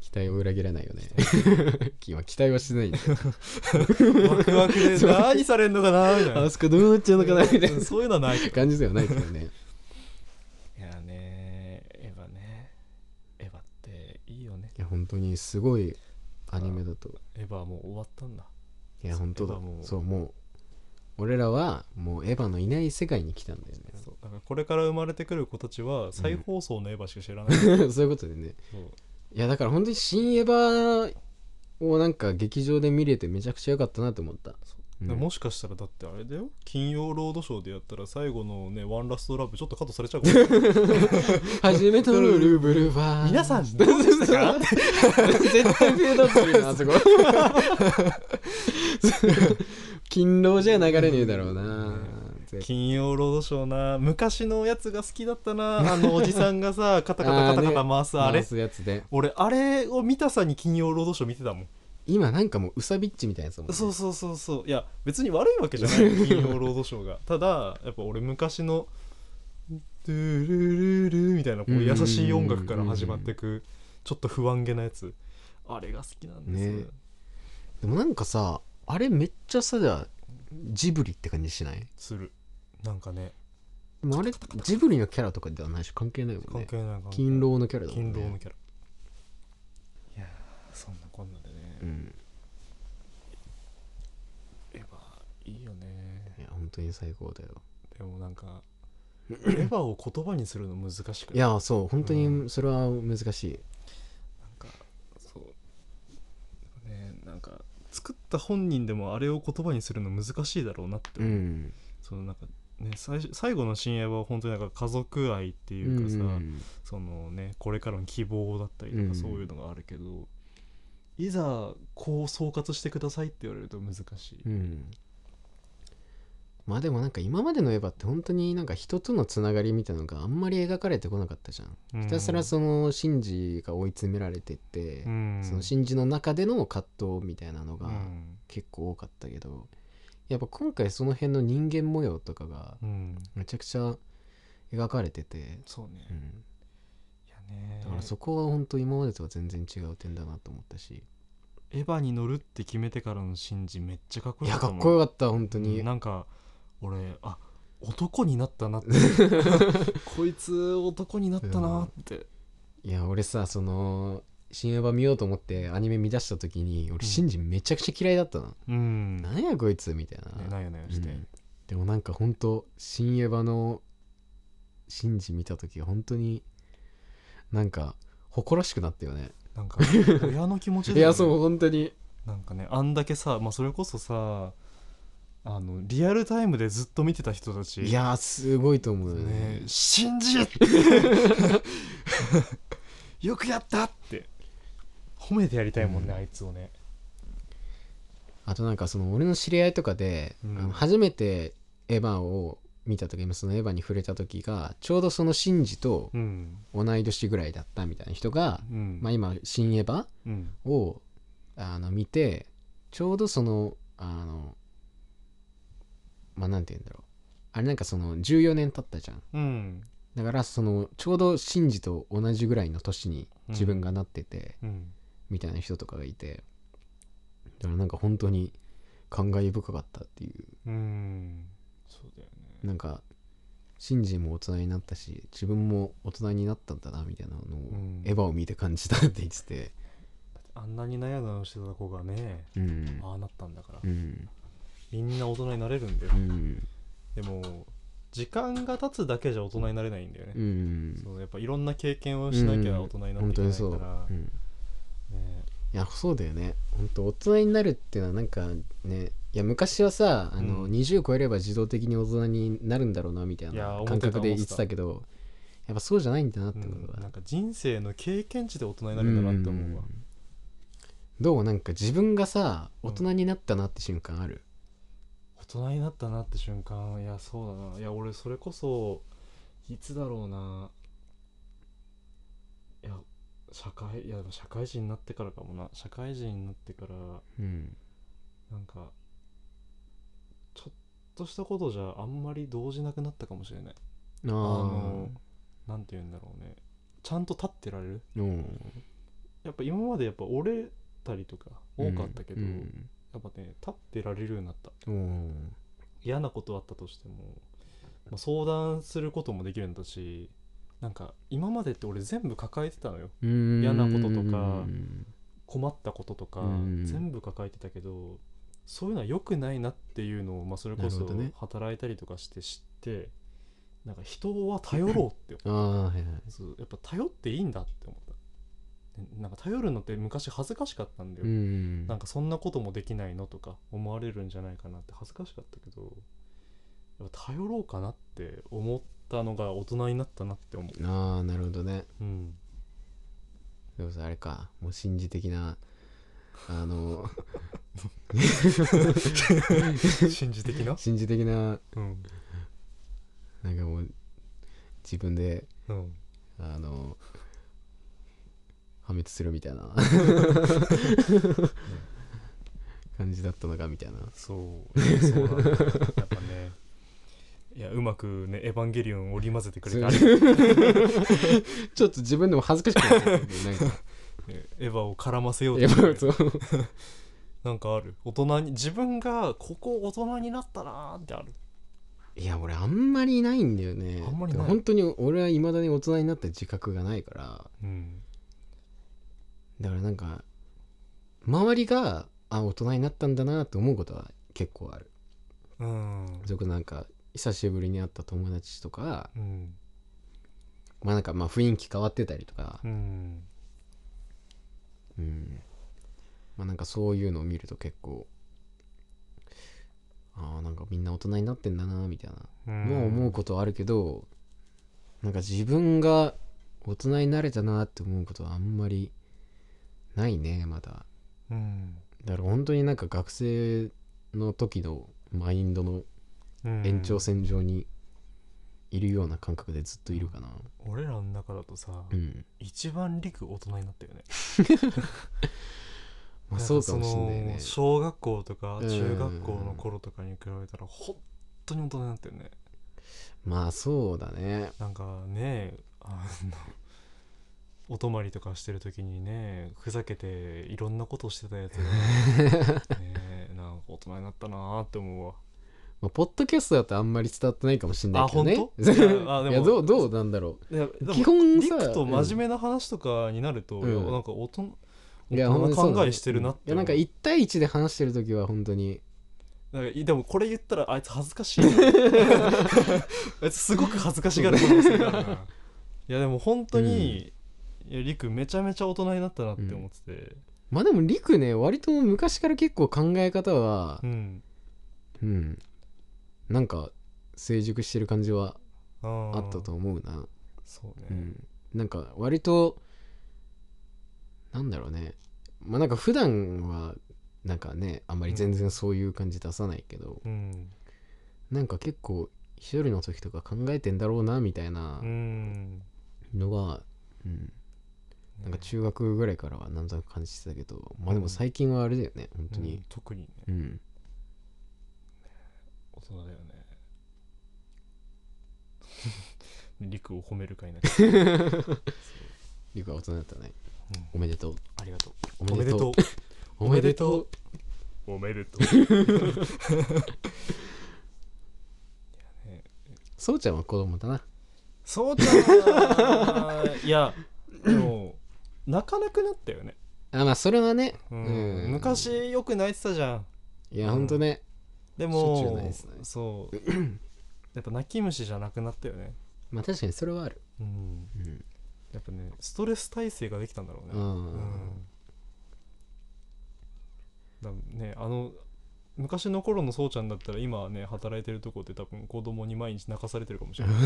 Speaker 1: 期待を裏切らない [laughs] よね今期待はしてないんだよ
Speaker 2: うワクワクで
Speaker 1: そう
Speaker 2: 何されんのかなみたい
Speaker 1: あ
Speaker 2: な
Speaker 1: そこどうなっちゃうのかなみたいな
Speaker 2: そういうのはないけど
Speaker 1: 感じではないですよね
Speaker 2: いやねエヴァねエヴァっていいよね
Speaker 1: いや本当にすごいアニメだと
Speaker 2: エヴァはもう終わったんだ
Speaker 1: いや本当だ
Speaker 2: エヴァも
Speaker 1: そうもう俺らはもうエヴァのいない世界に来たんだよ
Speaker 2: そうだからこれから生まれてくる子たちは再放送のエヴァしか知らない、 [laughs] そう
Speaker 1: ね [laughs] そういうことでねいやだから本当に新エヴァをなんか劇場で見れてめちゃくちゃ良かったなと思った
Speaker 2: そう
Speaker 1: うん
Speaker 2: でもしかしたらだってあれだよ金曜ロードショーでやったら最後のねワンラストラブちょっとカットされちゃうかもしれない [laughs]
Speaker 1: 初めてのルーブルは
Speaker 2: 皆さんどうでしたか
Speaker 1: 絶対フェードアウトするよなあそこ [laughs] 勤労じゃ流れねえだろうな絶
Speaker 2: 金曜ロードショーな昔のやつが好きだったな [laughs] あのおじさんがさカタカタカタカタ回すあ
Speaker 1: 対
Speaker 2: れ
Speaker 1: 回すやつで
Speaker 2: 俺あれを見たさに金曜ロードショー見てたもん
Speaker 1: 今なんかもうウサビッチみたいなやつだもんね
Speaker 2: そうそうそうそういや別に悪いわけじゃない [laughs] 金曜ロードショーがただやっぱ俺昔の「ドゥルルルみたいなこ
Speaker 1: うん
Speaker 2: う
Speaker 1: うんうん
Speaker 2: 優
Speaker 1: うん
Speaker 2: しい音楽から始まってくちょっと不安げなやつあれが好きなんです、
Speaker 1: ねでもなんかさあれめっちゃさじゃあジブリって感じしない
Speaker 2: するなんかね
Speaker 1: でもあれジブリのキャラとかではないし関係ないもん
Speaker 2: 関
Speaker 1: ね
Speaker 2: 係ない関係
Speaker 1: 勤労のキャラだもんね
Speaker 2: 勤労のキャラいやーそんなこんなでね、
Speaker 1: うん
Speaker 2: エヴァいいよね
Speaker 1: いや本当に最高だよ
Speaker 2: でもなんかエヴァを言葉にするの難しくない
Speaker 1: いやそう本当にそれは難しい、
Speaker 2: なんかそうねなんか作った本人でもあれを言葉にするの難しいだろうなって
Speaker 1: う
Speaker 2: 思う、
Speaker 1: ん、
Speaker 2: そのなんかね最初最後の新エヴァは本当になんか家族愛っていうかさ、
Speaker 1: うん
Speaker 2: そのねこれからの希望だったりと
Speaker 1: う
Speaker 2: か
Speaker 1: ん
Speaker 2: そういうのがあるけど、いざこう総括してくださいって言われると難しい、
Speaker 1: うんまあでもなんか今までのエヴァって本当になんか人とのつながりみたいなのがあんまり描かれてこなかったじゃん、
Speaker 2: うん
Speaker 1: ひたすらそのシンジが追い詰められてって、
Speaker 2: うん
Speaker 1: そのシンジの中での葛藤みたいなの
Speaker 2: う
Speaker 1: が
Speaker 2: ん
Speaker 1: 結構多かったけど、やっぱ今回その辺の人間模様とかが
Speaker 2: うん
Speaker 1: めちゃくちゃ描かれてて、
Speaker 2: そうね、
Speaker 1: う
Speaker 2: い
Speaker 1: ん、
Speaker 2: やね
Speaker 1: だからそこは本当今までとは全然違う点だなと思ったし
Speaker 2: エヴァに乗るって決めてからのシンジめっちゃかっこ
Speaker 1: い
Speaker 2: よ
Speaker 1: や
Speaker 2: かった
Speaker 1: か
Speaker 2: もん
Speaker 1: っこよかった本当
Speaker 2: う
Speaker 1: に
Speaker 2: んなんか俺あ男になった [laughs] なってこいつ男になったなって、
Speaker 1: いや俺さその新エヴァ見ようと思ってアニメ見出した時に俺
Speaker 2: うん
Speaker 1: シンジめちゃくちゃ嫌いだったの、
Speaker 2: うん
Speaker 1: なんやこいつみたいな、
Speaker 2: ねなよなよ
Speaker 1: うん
Speaker 2: して、
Speaker 1: でもなんかほんと新エヴァのシンジ見た時本当になんか誇らしくなったよね
Speaker 2: なんか親の気持ち
Speaker 1: い
Speaker 2: だよ
Speaker 1: や
Speaker 2: ね
Speaker 1: そう本当に
Speaker 2: なんかねあんだけさ、まあ、それこそさあのリアルタイムでずっと見てた人たち
Speaker 1: いやーすごいと思うよね
Speaker 2: ね信じ [laughs] よくやったって褒めてやりたいもんね、
Speaker 1: うん
Speaker 2: あいつをね
Speaker 1: あとなんかその俺の知り合いとかで、
Speaker 2: うん
Speaker 1: あの初めてエヴァを見た時もそのエヴァに触れた時がちょうどそのシンジと
Speaker 2: うん
Speaker 1: 同い年ぐらいだったみたいな人が、
Speaker 2: うん
Speaker 1: まあ、今新エヴァ
Speaker 2: うん
Speaker 1: をあの見てちょうどそのあのまあなんて言うんだろうあれなんかその14年経ったじゃん
Speaker 2: うん
Speaker 1: だからそのちょうどシンジと同じぐらいの年に自分がなってて、
Speaker 2: うん
Speaker 1: みたいな人とかがいてだからなんか本当に感慨深かったっていう
Speaker 2: うんそうだよね
Speaker 1: なんかシンジも大人になったし自分も大人になったんだなみたいなのを、
Speaker 2: うん
Speaker 1: エヴァを見て感じたって言ってて
Speaker 2: あんなに悩んだのしてた子がね
Speaker 1: うん
Speaker 2: ああなったんだから、
Speaker 1: うん
Speaker 2: みんな大人になれるんだよ
Speaker 1: う、ん
Speaker 2: でも時間が経つだけじゃ大人になれないんだよね、
Speaker 1: うん
Speaker 2: そうやっぱいろんな経験をしなきゃ大人になっ
Speaker 1: 本
Speaker 2: て
Speaker 1: 当
Speaker 2: い
Speaker 1: に
Speaker 2: け
Speaker 1: そう、
Speaker 2: な
Speaker 1: う
Speaker 2: いから、
Speaker 1: ん、
Speaker 2: ね
Speaker 1: いやそうだよね本当大人になるっていうのはなんかねいや昔はさあの、
Speaker 2: うん
Speaker 1: 20超えれば自動的に大人になるんだろうなみたい
Speaker 2: いや
Speaker 1: な
Speaker 2: 思って
Speaker 1: 感
Speaker 2: た
Speaker 1: 覚で言
Speaker 2: 思っ
Speaker 1: ってて
Speaker 2: た
Speaker 1: たけどやっぱそうじゃないんだなって
Speaker 2: う
Speaker 1: こと
Speaker 2: ん、
Speaker 1: が、
Speaker 2: なんか人生の経験値で大人になるんだなって思うわ、
Speaker 1: んどうなんか自分がさ
Speaker 2: うん
Speaker 1: 大人になったなって瞬間ある、
Speaker 2: 大人になったなって瞬間いやそうだないや俺それこそいつだろうないや社会いやでも社会人になってからかもな社会人になってから
Speaker 1: うん
Speaker 2: なんかちょっとしたことじゃあんまり動じなくなったかもしれない
Speaker 1: あ
Speaker 2: あ
Speaker 1: の
Speaker 2: のなんて言うんだろうねちゃんと立ってられる
Speaker 1: うん
Speaker 2: やっぱ今までやっぱ折れたりとか多かったけど、
Speaker 1: うん
Speaker 2: やっぱね立ってられるようになった
Speaker 1: うん
Speaker 2: 嫌なことあったとしても、まあ、相談することもできるんだしなんか今までって俺全部抱えてたのよ
Speaker 1: うん
Speaker 2: 嫌なことと
Speaker 1: う
Speaker 2: か
Speaker 1: ん
Speaker 2: 困ったこととか
Speaker 1: うん
Speaker 2: 全部抱えてたけどそういうのは良くないなっていうのを、まあ、それこ
Speaker 1: なる
Speaker 2: そ
Speaker 1: ほどね
Speaker 2: 働いたりとかして知ってなんか人は頼ろうって
Speaker 1: ああはいはい
Speaker 2: そうやっぱ頼っていいんだって思ったでなんか頼るのって昔恥ずかしかったんだよ、
Speaker 1: うん
Speaker 2: なんかそんなこともできないのとか思われるんじゃないかなって恥ずかしかったけどやっぱ頼ろうかなって思ったのが大人になったなって思う、
Speaker 1: ああなるほどね [laughs]
Speaker 2: うん、
Speaker 1: でもさあれかもう心理的なあの [laughs]
Speaker 2: 信じ的な
Speaker 1: 心理的な
Speaker 2: うん、
Speaker 1: なんかもう自分で
Speaker 2: うん、
Speaker 1: あの破滅するみたいな感じだったのかみたいな
Speaker 2: そういやそうなんだよやっぱねいやうまくね「エヴァンゲリオン」織り交ぜてくれてありがとう
Speaker 1: ちょっと自 [laughs] 分でも恥ずかしくなってくるなんか
Speaker 2: ねエヴァを絡ませよう
Speaker 1: や
Speaker 2: と
Speaker 1: っ
Speaker 2: して
Speaker 1: ぱそう
Speaker 2: なんかある大人に自分がここ大人になったなーってある
Speaker 1: いや俺あんまりいないんだよね
Speaker 2: あんまりない
Speaker 1: 本当に俺はいまだに大人になった自覚がないから
Speaker 2: うん
Speaker 1: だからなんか周りがあ大人になったんだなと思うことは結構ある
Speaker 2: うん
Speaker 1: それこそなんか久しぶりに会った友達とか
Speaker 2: うん
Speaker 1: まあなんかまあ雰囲気変わってたりとか
Speaker 2: うん
Speaker 1: うんまあなんかそういうのを見ると結構ああなんかみんな大人になってんだなみたいなもう思うことはあるけどなんか自分が大人になれたなって思うことはあんまりないねまだ
Speaker 2: うん
Speaker 1: だから本当になんか学生の時のマインドの
Speaker 2: うん
Speaker 1: 延長線上にいるような感覚でずっといるかな
Speaker 2: 俺らの中だとさ、
Speaker 1: うん、
Speaker 2: 一番陸大人になったよね
Speaker 1: まあ、
Speaker 2: なん
Speaker 1: そうかもしんない
Speaker 2: その
Speaker 1: ね
Speaker 2: 小学校とか
Speaker 1: うん
Speaker 2: 中学校の頃とかに比べたら本当に大人になったよね
Speaker 1: まあそうだね
Speaker 2: なんかねあのお泊まりとかしてる時にねふざけていろんなことしてたやつ [laughs] がねなんか大人になったなーって思うわ
Speaker 1: まあ、ポッドキャストだとあんまり伝わってないかもしんないけどね。
Speaker 2: あ本
Speaker 1: [laughs]
Speaker 2: 当いやあでも
Speaker 1: いやどうどうなんだろ
Speaker 2: いや
Speaker 1: う。
Speaker 2: で
Speaker 1: 基
Speaker 2: も
Speaker 1: 本
Speaker 2: リ
Speaker 1: さ、
Speaker 2: クと真
Speaker 1: 目
Speaker 2: 面目な話とかになると、
Speaker 1: うん
Speaker 2: いやなんか大人
Speaker 1: いや
Speaker 2: 大人な
Speaker 1: 本当にそう
Speaker 2: 考えしてるなって
Speaker 1: いやなんか1対1で話してる時は本当に
Speaker 2: なんかいでもこれ言ったらあいつ恥ずか
Speaker 1: [laughs]
Speaker 2: しいなあいつすごく恥ずかしがる可能性がある [laughs] ないやでも本当に、いやりくめちゃめちゃ大人になったなって思ってて
Speaker 1: まあでもりくね割と昔から結構考え方は
Speaker 2: うん、
Speaker 1: うんなんか成熟してる感じは
Speaker 2: あー
Speaker 1: あったと思うな
Speaker 2: そうね、
Speaker 1: うんなんか割となんだろうねまあなんか普段はなんかねあんまり全然そういう感じ出さないけど、
Speaker 2: うん
Speaker 1: なんか結構一人の時とか考えてんだろうなみたいな
Speaker 2: うん
Speaker 1: のが、うん、なんか中学ぐらいからはなんとなく感じてたけどまあでも最近はあれだよね本当
Speaker 2: う
Speaker 1: に
Speaker 2: ん特にね
Speaker 1: うん、
Speaker 2: 大人
Speaker 1: [laughs]
Speaker 2: だよねりくを褒める会になっちゃ
Speaker 1: リクは大人だったね、
Speaker 2: うん
Speaker 1: おめでとう [laughs]
Speaker 2: うありがとう
Speaker 1: お
Speaker 2: おめでとう
Speaker 1: おめでと
Speaker 2: おめでとういうやね
Speaker 1: うそうちゃんは子供だな
Speaker 2: そうちゃんはいやでも泣かなくなったよね、
Speaker 1: あまあそれはね
Speaker 2: うん
Speaker 1: うん
Speaker 2: 昔よく泣いてたじゃん
Speaker 1: いやほんとね、
Speaker 2: で
Speaker 1: しょっちゅう
Speaker 2: も
Speaker 1: 泣いてたね
Speaker 2: そうやっぱ泣き虫じゃなくなったよね
Speaker 1: まあ確かにそれはある
Speaker 2: うん
Speaker 1: うん、
Speaker 2: やっぱねストレス耐性ができたんだろう
Speaker 1: う
Speaker 2: ね
Speaker 1: ん
Speaker 2: うんだねあの昔の頃のそうちゃんだったら今はね働いてるとこで多分子供に毎日泣かされてるかもしれない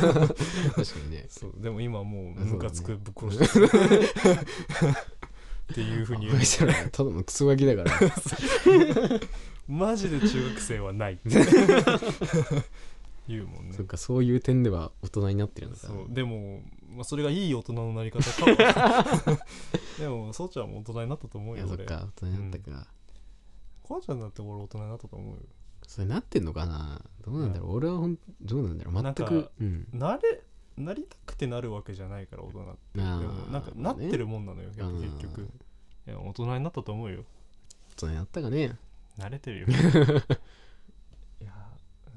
Speaker 1: 確かに
Speaker 2: [laughs]
Speaker 1: ね
Speaker 2: そうでも今はもう
Speaker 1: あそうだね
Speaker 2: ムカつくぶっ殺してるっていうふうに言う
Speaker 1: おいそれはただのクソガキだから
Speaker 2: マジで中学生はない [laughs] 言うもんね
Speaker 1: そっかそういう点では大人になってるのか
Speaker 2: そうでも、まあ、それがいい大人のなり方か [laughs] でもそうちゃんも大人になったと思う
Speaker 1: い
Speaker 2: よ
Speaker 1: やそっ
Speaker 2: 俺
Speaker 1: か大人になったか、
Speaker 2: こうちゃんだって俺大人になったと思うよ
Speaker 1: それなってんのかなどうなんだろう俺はほんどうなんだろう
Speaker 2: な
Speaker 1: 全
Speaker 2: んか
Speaker 1: くうん
Speaker 2: なれなりたくてなるわけじゃないから大人って
Speaker 1: あ
Speaker 2: で
Speaker 1: ー
Speaker 2: もなんかなってるもんなのよ、
Speaker 1: まあね
Speaker 2: 結局
Speaker 1: う
Speaker 2: い
Speaker 1: ん
Speaker 2: や大人になったと思うよ
Speaker 1: 大人になったかね
Speaker 2: 慣れ
Speaker 1: [laughs]
Speaker 2: てるよいや、うん、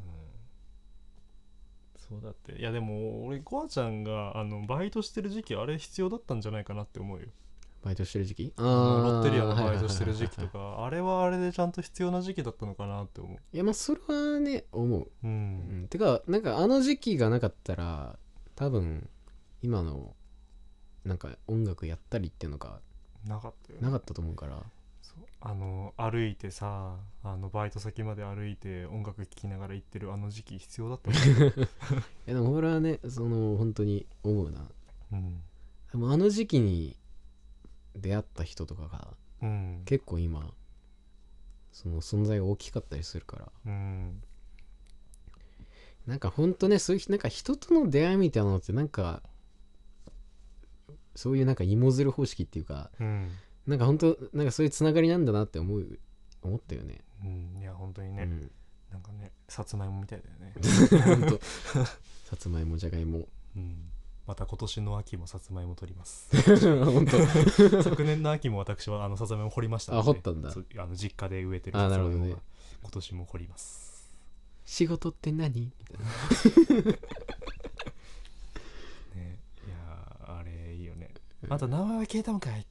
Speaker 2: そうだっていやでも俺コアちゃんがあのバイトしてる時期あれ必要だったんじゃないかなって思うよ
Speaker 1: バイトしてる時期あ
Speaker 2: ロ
Speaker 1: ー
Speaker 2: ッテリアのバイトしてる時期
Speaker 1: はい
Speaker 2: と
Speaker 1: はいはいは
Speaker 2: かあれはあれでちゃんと必要な時期だったのかなって思
Speaker 1: いいやまあそれはね思う、
Speaker 2: うう
Speaker 1: うんん、てかなんかあの時期がなかったら多分今のなんか音楽やったりっていうのが
Speaker 2: なかったよ
Speaker 1: なかったと思うから
Speaker 2: そうあの歩いてさあのバイト先まで歩いて音楽聴きながら行ってるあの時期必要だったの、
Speaker 1: [laughs] えでも俺はねその本当に思うな
Speaker 2: うん
Speaker 1: でもあの時期に出会った人とかが
Speaker 2: うん
Speaker 1: 結構今その存在が大きかったりするから
Speaker 2: うん
Speaker 1: なんかほんとねそういうなんか人との出会いみたいなのってなんかそういうなんか芋づる方式っていうか
Speaker 2: うん、
Speaker 1: なんかほんとなんかそういうつながりなんだなって思う思ったよね
Speaker 2: うん、いや本当にね、
Speaker 1: うん
Speaker 2: なんかねさつまいもみたいだよね、
Speaker 1: ほんとさつまいもじゃがいも [laughs]
Speaker 2: うん、また今年の秋もさつまいも取ります
Speaker 1: [laughs] 本当
Speaker 2: 昨年の秋も私はあのさつまいも掘りましたので
Speaker 1: あ掘ったんだ
Speaker 2: そうあの実家で植えてる
Speaker 1: あ
Speaker 2: さつまい
Speaker 1: なるほ
Speaker 2: も
Speaker 1: ど
Speaker 2: が
Speaker 1: ね
Speaker 2: 今年も掘ります
Speaker 1: 仕事って何みたいな
Speaker 2: ねいやーあれいいよね
Speaker 1: うん
Speaker 2: あんた名前は消えたんか
Speaker 1: [laughs]
Speaker 2: い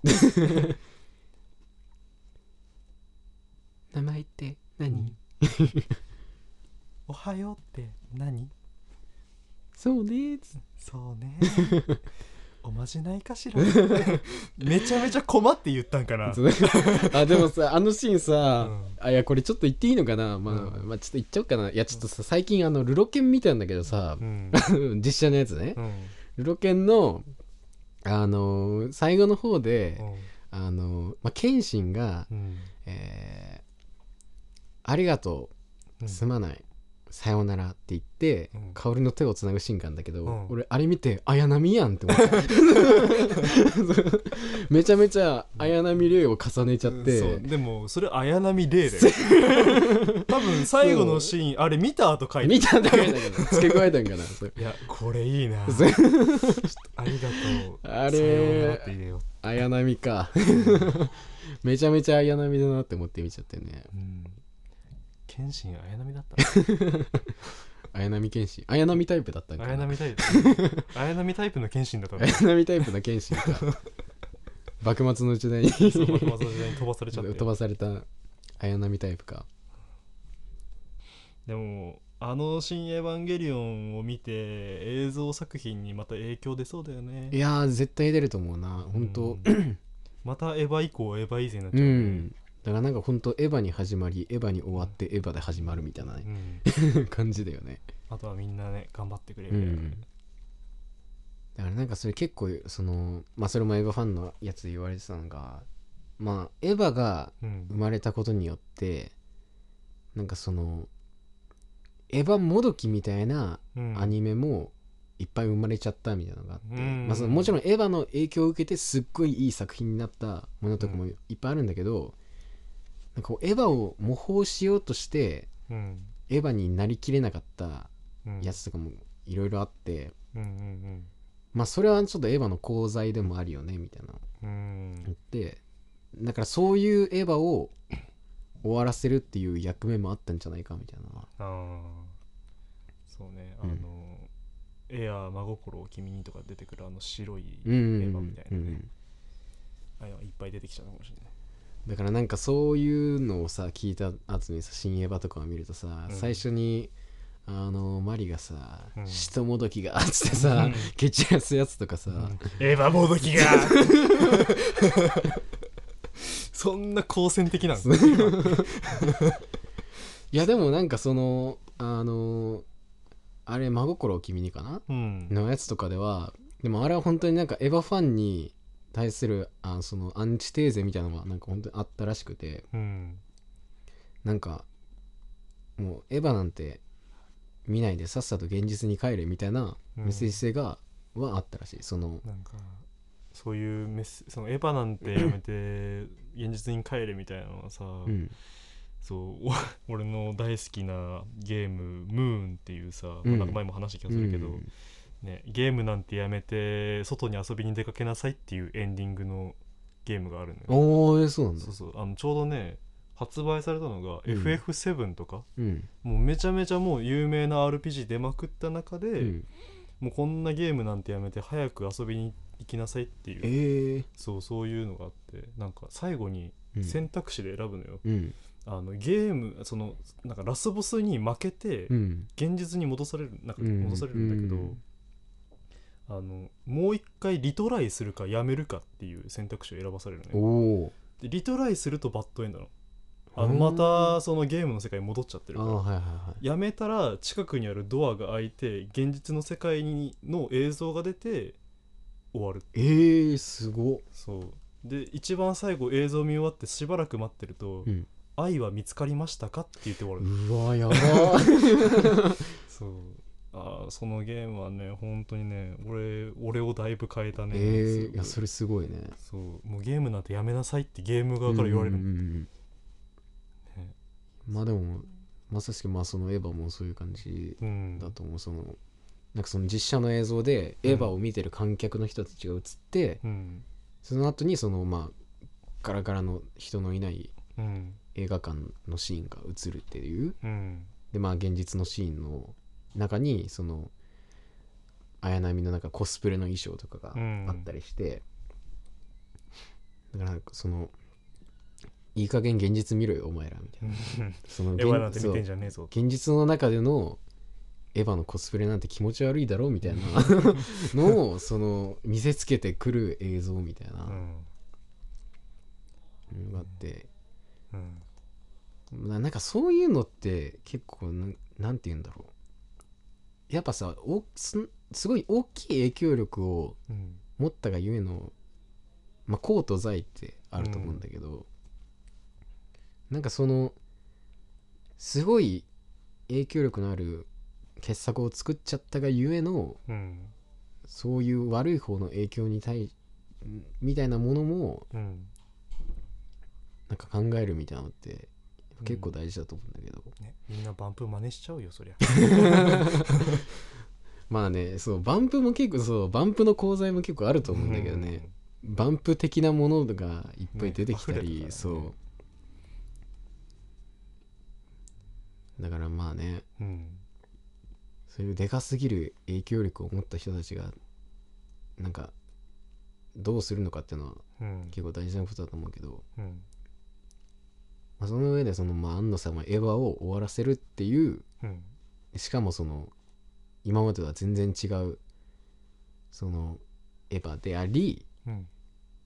Speaker 1: 名前って何、
Speaker 2: うんおはようって何
Speaker 1: そうねつ
Speaker 2: そうねおまじないかしらめちゃめちゃ困って言ったんかな、
Speaker 1: って [laughs] あでもさあのシーン
Speaker 2: う
Speaker 1: さ、
Speaker 2: ん
Speaker 1: あいやこれちょっと言っていいのかな、まあ
Speaker 2: う
Speaker 1: まあちょっと言っちゃおうかないやちょっとさ最近あのルロケン見たんだけどさ
Speaker 2: う、ん
Speaker 1: [laughs] 実写のやつね
Speaker 2: うんうん
Speaker 1: ルロケンのあのー最後の方で、
Speaker 2: う
Speaker 1: あのーまあ、謙信が、
Speaker 2: ん
Speaker 1: えーありがとう、
Speaker 2: うん
Speaker 1: すまない、さようなら」って言って、
Speaker 2: うん
Speaker 1: 薫の手をつなぐシーンなんだけど、
Speaker 2: うん
Speaker 1: 俺あれ見て綾波やんって思った
Speaker 2: [laughs]
Speaker 1: めちゃめちゃ綾波レイを重ねちゃって、
Speaker 2: そうでもそれ綾波レ
Speaker 1: [laughs]
Speaker 2: イだよ多分最後のシーンあれ見た後書いて
Speaker 1: 見ただけだけど付け加えたんかなそう
Speaker 2: いやこれいいな
Speaker 1: そう
Speaker 2: ありがとう
Speaker 1: あれ
Speaker 2: さようならって入れよ
Speaker 1: 綾波
Speaker 2: [laughs]
Speaker 1: かめちゃめちゃ綾波だなって思って見ちゃったよね
Speaker 2: う、うん、謙信綾波だった
Speaker 1: 綾波剣士綾波タイプだった [laughs] んかな
Speaker 2: 綾波タイプ綾波タイプの謙信だったの
Speaker 1: [laughs] 綾波タイプの剣士か [laughs] 幕末の時代に
Speaker 2: そう幕末の時代に飛ばされちゃって
Speaker 1: 飛ばされた綾波タイプか
Speaker 2: でもあの「新エヴァンゲリオン」を見て映像作品にまた影響出そうだよね
Speaker 1: いやー絶対出ると思うな本当
Speaker 2: うんまたエヴァ以降エヴァ以前になっ
Speaker 1: うん、
Speaker 2: ちゃうね
Speaker 1: だからなんか本当エヴァに始まりエヴァに終わってエヴァで始まるみたいなね
Speaker 2: うん
Speaker 1: 感じだよね
Speaker 2: あとはみんなね頑張ってくれ
Speaker 1: う
Speaker 2: る、
Speaker 1: んだからなんかそれ結構そのまあそれもエヴァファンのやつで言われてたのがまあエヴァが
Speaker 2: うん
Speaker 1: 生まれたことによってなんかそのエヴァもどきみたいな
Speaker 2: うん
Speaker 1: アニメもいっぱい生まれちゃったみたいなのがあって、
Speaker 2: うん
Speaker 1: まあ、そのもちろんエヴァの影響を受けてすっごいいい作品になったものとかもいっぱいあるんだけど、なんかこうエヴァを模倣しようとして
Speaker 2: うん
Speaker 1: エヴァになりきれなかった
Speaker 2: うん
Speaker 1: やつとかもいろいろあって、
Speaker 2: うんうん
Speaker 1: まあそれはちょっとエヴァの功罪でもあるよねみたいな
Speaker 2: うんう
Speaker 1: 言っ
Speaker 2: ん
Speaker 1: てだからそういうエヴァを終わらせるっていう役目もあったんじゃないかみたいな
Speaker 2: ああそうねあ
Speaker 1: うん
Speaker 2: の、エア真心を君にとか出てくるあの白いエ
Speaker 1: うんうん
Speaker 2: ヴァみたいなね、
Speaker 1: うんうん
Speaker 2: あれはいっぱい出てきちゃうかもしれない
Speaker 1: だからなんかそういうのをさ聞いた後にさ新エヴァとかを見るとさ、
Speaker 2: うん
Speaker 1: 最初にあのマリがさ「
Speaker 2: うん
Speaker 1: 下もどきが」っつってさ、
Speaker 2: うん
Speaker 1: [laughs] 蹴散らすやつとかさ、
Speaker 2: エヴァボードキが [laughs] そんな好戦的なん
Speaker 1: そういやでもなんかそのあのあれ「真心を君に」かな
Speaker 2: うん
Speaker 1: のやつとかではでもあれは本当になんかエヴァファンに対するあそのアンチテーゼみたいなのがなんか本当にあったらしくて
Speaker 2: うん
Speaker 1: なんかもうエヴァなんて見ないでさっさと現実に帰れみたいなメッセージ性が、はあったらしいその
Speaker 2: なんかそういうメスそのエヴァなんてやめて現実に帰れみたいなのはさ、
Speaker 1: うん
Speaker 2: そうお [laughs] 俺の大好きなゲーム「ムーン」っていうさ、
Speaker 1: うん
Speaker 2: なんか前も話した気がするけど、
Speaker 1: うん
Speaker 2: ね、ゲームなんてやめて外に遊びに出かけなさいっていうエンディングのゲームがあるのよ
Speaker 1: おーえそうなんだ
Speaker 2: そうそうあのちょうどね発売されたの
Speaker 1: う
Speaker 2: が
Speaker 1: ん
Speaker 2: FF7 とか、
Speaker 1: うん
Speaker 2: もうめちゃめちゃもう有名な RPG 出まくった中で、
Speaker 1: うん
Speaker 2: もうこんなゲームなんてやめて早く遊びに行きなさいっていう
Speaker 1: え
Speaker 2: そうそういうのがあってなんか最後に
Speaker 1: ー
Speaker 2: 選択肢で選ぶのよ、
Speaker 1: うん
Speaker 2: あのゲームそのなんかラスボスに負けて
Speaker 1: うん
Speaker 2: 現実に戻されるなんか
Speaker 1: うん
Speaker 2: 戻されるんだけど、
Speaker 1: うん
Speaker 2: あのもう一回リトライするかやめるかっていう選択肢を選ばされるの
Speaker 1: お
Speaker 2: よ
Speaker 1: お
Speaker 2: でリトライするとバッドエンドなのあ
Speaker 1: う
Speaker 2: の
Speaker 1: ん
Speaker 2: またそのゲームの世界に戻っちゃっ
Speaker 1: ー
Speaker 2: てる
Speaker 1: あー
Speaker 2: から
Speaker 1: はいはいはい
Speaker 2: やめたら近くにあるドアが開いて現実の世界にの映像が出て終わる
Speaker 1: えー、すごっ
Speaker 2: そうで一番最後映像見終わってしばらく待ってると「
Speaker 1: うん
Speaker 2: 愛は見つかりましたか?」って言って終わる、
Speaker 1: うわやば
Speaker 2: [laughs] そうあーそのゲームはね本当にね俺俺をだいぶ変えたね、す
Speaker 1: え
Speaker 2: ご
Speaker 1: ー、
Speaker 2: い
Speaker 1: いやそれすごいね
Speaker 2: そうもうゲームなんてやめなさいってゲーム側から言われる
Speaker 1: うん
Speaker 2: もん
Speaker 1: うんうん
Speaker 2: ね
Speaker 1: まあでもまさしくまあそのエヴァもそういう感じ
Speaker 2: うん
Speaker 1: だと思うそのなんかその実写の映像でエヴァを見てる観客の人たちが映って、
Speaker 2: うん
Speaker 1: その後にそのまあガラガラの人のいない
Speaker 2: うん
Speaker 1: 映画館のシーンが映るっていう
Speaker 2: うん
Speaker 1: でまあ現実のシーンの中にその綾波のなんかコスプレの衣装とかが
Speaker 2: うん
Speaker 1: あったりして、だからなんかそのいい加減現実見ろよお前らみたいな [laughs] その
Speaker 2: エヴァなんて見てん
Speaker 1: そう
Speaker 2: じゃねえぞ
Speaker 1: 現実の中でのエヴァのコスプレなんて気持ち悪いだろうみたいなのをその見せつけてくる映像みたいな
Speaker 2: う、ん
Speaker 1: のがあって
Speaker 2: うん
Speaker 1: ななんかそういうのって結構なんなんて言うんだろうやっぱさおすすごい大きい影響力を
Speaker 2: うん
Speaker 1: 持ったがゆえの、まあ、功と罪ってあると思うんだけど、なんかそのすごい影響力のある傑作を作っちゃったがゆえの
Speaker 2: うん
Speaker 1: そういう悪い方の影響に対みたいなものも
Speaker 2: うん
Speaker 1: なんか考えるみたいなのって結構大事だと思うんだけど、
Speaker 2: ねみんなバンプ真似しちゃうよそりゃ
Speaker 1: まあねそうバンプも結構そうバンプの功罪も結構あると思うんだけどね、バンプ的なものがいっぱい出てきた
Speaker 2: ね溢れて
Speaker 1: り、
Speaker 2: たからね
Speaker 1: そうだからまあね
Speaker 2: うん
Speaker 1: そういうでかすぎる影響力を持った人たちがなんかどうするのかっていうのは
Speaker 2: うん
Speaker 1: 結構大事なことだと思うけど、
Speaker 2: うん
Speaker 1: まあ、その上でその、まあ、安野さんはエヴァを終わらせるっていう
Speaker 2: うん
Speaker 1: しかもその今までとは全然違うそのエヴァであり、
Speaker 2: うん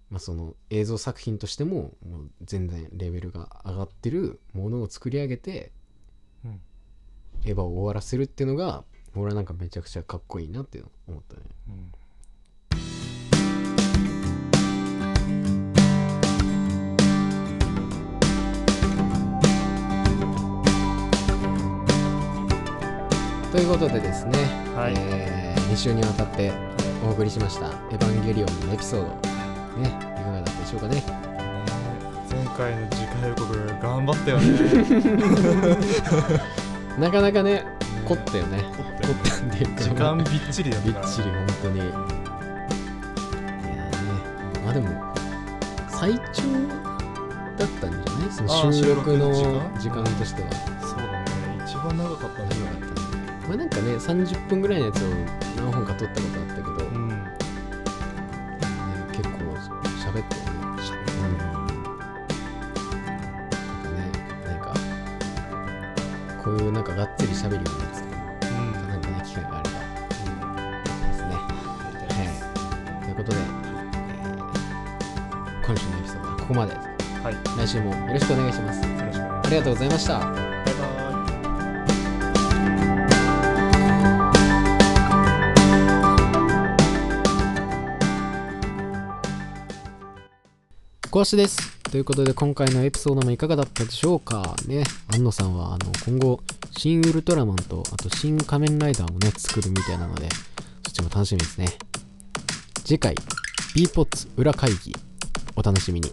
Speaker 1: まあ、その映像作品としてももう全然レベルが上がってるものを作り上げて
Speaker 2: うん
Speaker 1: エヴァを終わらせるっていうのが俺はなんかめちゃくちゃかっこいいなって思ったね。
Speaker 2: うん
Speaker 1: ということでですね、
Speaker 2: はい
Speaker 1: え2週にわたってお送りしました「エヴァンゲリオン」のエピソード、ね、いかがだったでしょうかね。
Speaker 2: ね前回の次回予告頑張ったよね
Speaker 1: なかなかね凝ったよね。
Speaker 2: 凝った
Speaker 1: 凝
Speaker 2: よ
Speaker 1: ったんで
Speaker 2: 時間びっちりだっ
Speaker 1: [laughs] び
Speaker 2: た
Speaker 1: っ
Speaker 2: から
Speaker 1: ちり本当にいやーねまあでも最長だったんじゃないそ
Speaker 2: あ
Speaker 1: の
Speaker 2: ー
Speaker 1: 収録の
Speaker 2: 収録の
Speaker 1: 時
Speaker 2: 時
Speaker 1: 間
Speaker 2: 間
Speaker 1: としては
Speaker 2: そうだね一番長かったん
Speaker 1: 面
Speaker 2: じゃ
Speaker 1: 白
Speaker 2: な
Speaker 1: か
Speaker 2: い
Speaker 1: ったねまあなんかね30分ぐらいのやつを何本か撮ったことあったけど、ね
Speaker 2: うん
Speaker 1: 結構喋ってるねうんなんかねなんかこういうなんかがっつり喋るようなやつとかもなんかね機会があればですねはい。ということで、えー今週のエピソードはここまで。
Speaker 2: うんはいよ
Speaker 1: 来週もよろしくお願いします。
Speaker 2: ろしくお願い
Speaker 1: あ
Speaker 2: し
Speaker 1: りがとうございました。
Speaker 2: ますバイバイ
Speaker 1: 小足です。ということで、今回のエピソードもいかがだったでしょうかね。安野さんは、あの、今後、新ウルトラマンと、あと、新仮面ライダーもね、作るみたいなので、そっちも楽しみですね。次回、B ポッツ裏会議、お楽しみに。